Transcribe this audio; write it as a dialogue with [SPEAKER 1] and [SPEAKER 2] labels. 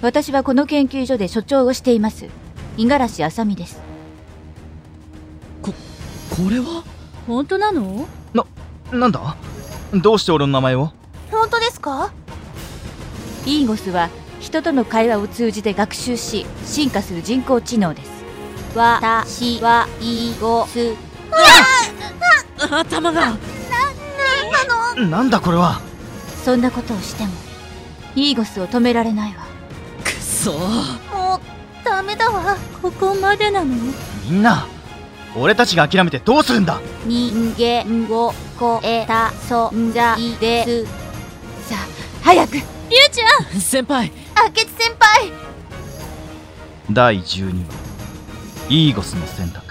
[SPEAKER 1] 私はこの研究所で所長をしています五十嵐あさみです
[SPEAKER 2] ここれは
[SPEAKER 3] 本当なの
[SPEAKER 2] ななんだどうして俺の名前を
[SPEAKER 4] 本当ですか
[SPEAKER 1] イーゴスは人との会話を通じて学習し進化する人工知能です私はイーゴス
[SPEAKER 3] 頭が
[SPEAKER 2] なんだこれは
[SPEAKER 1] そんなことをしてもイーゴスを止められないわ
[SPEAKER 2] くそ
[SPEAKER 4] もうダメだわ
[SPEAKER 3] ここまでなの
[SPEAKER 2] みんな俺たちが諦めてどうするんだ
[SPEAKER 1] 人間を超えた存在ですさあ早く
[SPEAKER 3] リュウちゃん
[SPEAKER 5] 先輩
[SPEAKER 4] 明智先輩
[SPEAKER 2] 第12話イーゴスの選択